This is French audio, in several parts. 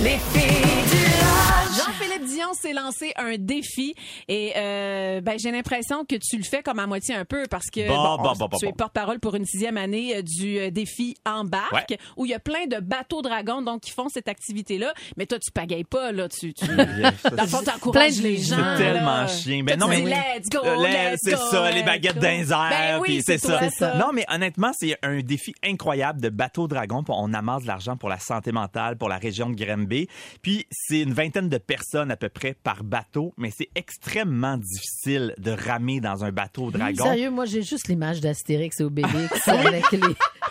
Les filles du Jean-Philippe Dion s'est lancé un défi et euh, ben, j'ai l'impression que tu le fais comme à moitié un peu parce que Bon, bon, bon, bon, bon, tu es bon. porte-parole pour une sixième année euh, du euh, défi Embarque Ouais. où il y a plein de bateaux dragons donc qui font cette activité-là. Mais toi, tu pagailles pas, là. Tu, tu... Dans le fond, Plein t'encourages de les gens. gens, là. C'est tellement chien. Toi, Ben non, tu mais dis, Let's go, Euh, les- let's c'est go, ça, les let's baguettes go. dans les airs, Ben oui, puis c'est toi, ça. Non, mais honnêtement, c'est un défi incroyable de bateau dragon. On amasse de l'argent pour la santé mentale, pour la région de Granby. Puis c'est une vingtaine de personnes à peu près par bateau, mais c'est extrêmement difficile de ramer dans un bateau dragon. Sérieux, moi, j'ai juste l'image d'Astérix et Obélix avec les,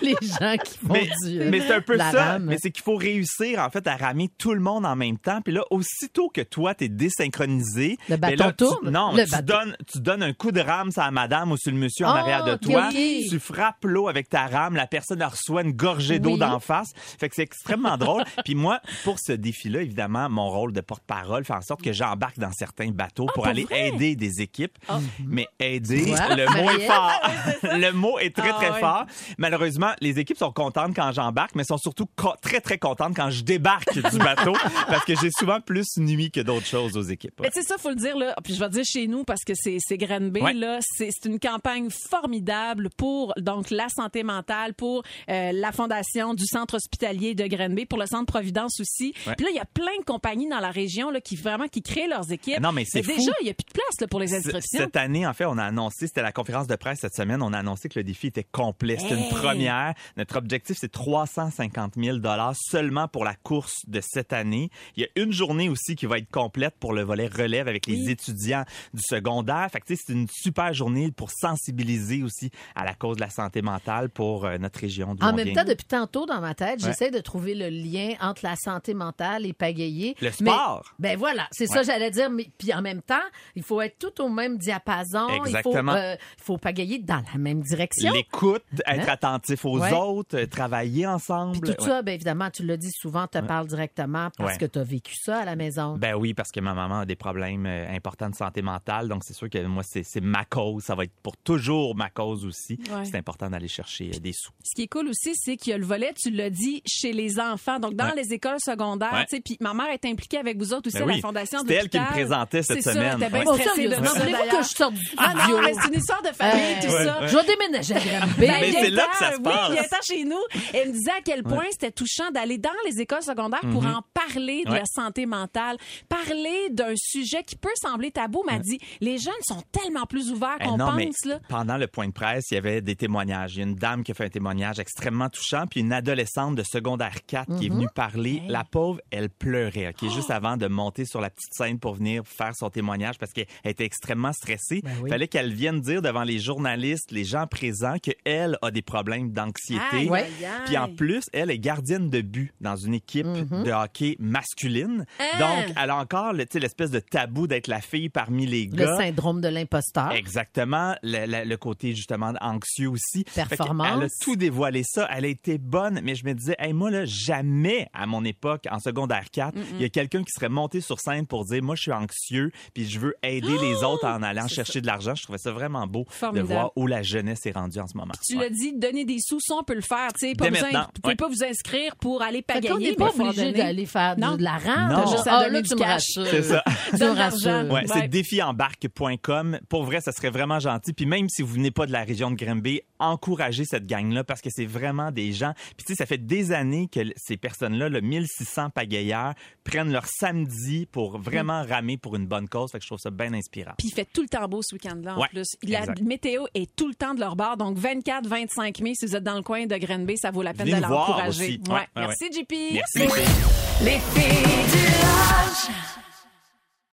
les gens qui font Mais, du. mais c'est un peu la ça. rame. Mais c'est qu'il faut réussir, en fait, à ramer tout le monde en même temps. Puis là, aussitôt que toi, t'es désynchronisé. Le ben bâton là, tourne? Tu, non, Le tu, bâton. donnes, tu donnes un coup de rame à la madame ou sur le monsieur en Ah, arrière de ok, toi. ok. Tu frappes l'eau avec ta rame. La personne elle reçoit une gorgée d'eau Oui. d'en face. Fait que c'est extrêmement drôle. Puis moi, pour ce défi-là, évidemment, mon rôle de porte-parole fait en sorte que j'embarque dans certains bateaux Ah, pour pour aller vrai? aider des équipes. Mais aider, Quoi? le mot est Marielle? fort. le mot est très, Ah, très ouais. fort. Malheureusement, les équipes sont contentes quand j'embarque, mais sont surtout co- très, très contentes quand je débarque du bateau parce que j'ai souvent plus nuit que d'autres choses aux équipes. Mais tu sais, ça, faut le dire, là. Puis je vais le dire chez nous parce que c'est, c'est Granby, Ouais. là. C'est, c'est une campagne formidable pour, donc, la santé mentale, pour euh, la fondation du centre hospitalier de Granby, pour le centre Providence aussi. Ouais. Puis là, il y a plein de compagnies dans la région, là, qui vraiment, qui créent leurs équipes. Ah Non, mais c'est fou. déjà, il y a plus de place, là, pour les C- inscriptions. Cette année, en fait, on a annoncé, c'était la conférence de presse cette semaine, on a annoncé que le défi était complet. C'est Hey! une première. Notre objectif, c'est 350 000 seulement pour la course de cette année. Il y a une journée aussi qui va être complète pour le volet relève avec les Oui. étudiants du secondaire. Fait que, tu sais, c'est une super journée pour sensibiliser aussi à la cause de la santé mentale pour euh, notre région. d'où En on même vient. temps, depuis tantôt dans ma tête, Ouais. j'essaie de trouver le lien entre la santé mentale et pagayer. Le sport. Mais- ben voilà, c'est ça Ouais. j'allais dire. Mais puis en même temps, il faut être tout au même diapason. Exactement. Il faut, euh, il faut pagayer dans la même direction. L'écoute, être Hein? attentif aux Ouais. autres, euh, travailler ensemble. Puis tout Ouais. ça, ben évidemment, tu le dis souvent, te parle directement parce Ouais. que tu as vécu ça à la maison. Ben oui, parce que ma maman a des problèmes euh, importants de santé mentale, donc c'est sûr que moi, c'est c'est ma cause. Ça va être pour toujours ma cause aussi. Ouais. C'est important d'aller chercher euh, des sous. Ce qui est cool aussi, c'est qu'il y a le volet, tu l'as dit, chez les enfants. Donc, dans Ouais. les écoles secondaires, Ouais. tu sais, puis ma mère est impliquée avec vous autres aussi Ben à la oui. Fondation de C'était elle qui me l'hôpital. présentait cette C'est ça, semaine. t'es bien Ouais. Bon, stressée de sérieusement, ça, voulez-vous d'ailleurs. que je sorte du Ah non, studio? mais c'est une histoire de famille, Euh, tout ah. ouais, ça. ouais. Je vais déménager à Granby. Ben, Mais il c'est était- là que ça se oui, passe. il était chez nous. Elle me disait à quel point c'était touchant d'aller dans les écoles secondaires pour en parler de la Mm-hmm. Ouais. santé mentale, parler d'un sujet qui peut sembler tabou, m'a dit les jeunes sont tellement plus ouverts Eh qu'on non, mais pense là. pendant le point de presse, il y avait des témoignages. Il y a une dame qui a fait un témoignage extrêmement touchant, puis une adolescente de secondaire 4 qui est Mhm. venue parler. La pauvre, elle pleurait, Ah! OK, juste avant de monter sur la petite scène pour venir faire son témoignage parce qu'elle était extrêmement stressée. Ben oui. fallait qu'elle vienne dire devant les journalistes, les gens présents, qu'elle a des problèmes d'anxiété. Aïe, Ouais. aïe, aïe. Puis en plus, elle est gardienne de but dans une équipe de hockey masculine. Mhm. Hein? Donc, elle a encore le- tu sais, l'espèce de tabou d'être la fille parmi les Le gars. syndrome de l'imposteur. Exactement. Le, le- le côté, justement, anxieux aussi. Fait que Performance. Elle a tout dévoilé ça. Elle a été bonne, mais je me disais, hey, moi, là, jamais à mon époque, en secondaire 4, il y a quelqu'un qui serait monté sur scène pour dire, moi, je suis anxieux, puis je veux aider les autres en allant chercher de l'argent. Je trouvais ça vraiment beau Ah! Formidable. de voir où la jeunesse est rendue en ce moment. Tu Ouais. l'as dit, donner des sous, ça on peut le faire. Tu sais, pas, Dès vous in- maintenant, faut ouais. pas vous inscrire pour aller Fait pagayer. qu'on n'est mais pas faut en obligé donner. d'aller faire Non. du- de la rente. Non. T'as juste à Ah, là, donner tu du me cash. rassures. C'est ça. Tu me Donne rassures. l'argent. Ouais, Ouais. c'est défiembarque.com. Pour vrai, ça serait vraiment gentil. Puis même si vous venez pas de la région de Grimby, encouragez cette gang-là parce que c'est vraiment des gens. Puis tu sais, ça fait des années que l- ces personnes-là, le 1600 pagayeurs, prennent leur samedi pour vraiment ramer pour une bonne cause. Fait que je trouve ça bien inspirant. Puis il fait tout le temps beau ce week-end-là en Ouais, plus. La exact. météo est tout le temps de leur bord. Donc 24, 25 mai, si vous êtes dans le coin de Granby, ça vaut la peine Venez de nous voir l'encourager. aussi. Ouais, ouais, Merci JP. Merci. Les filles du Lodge.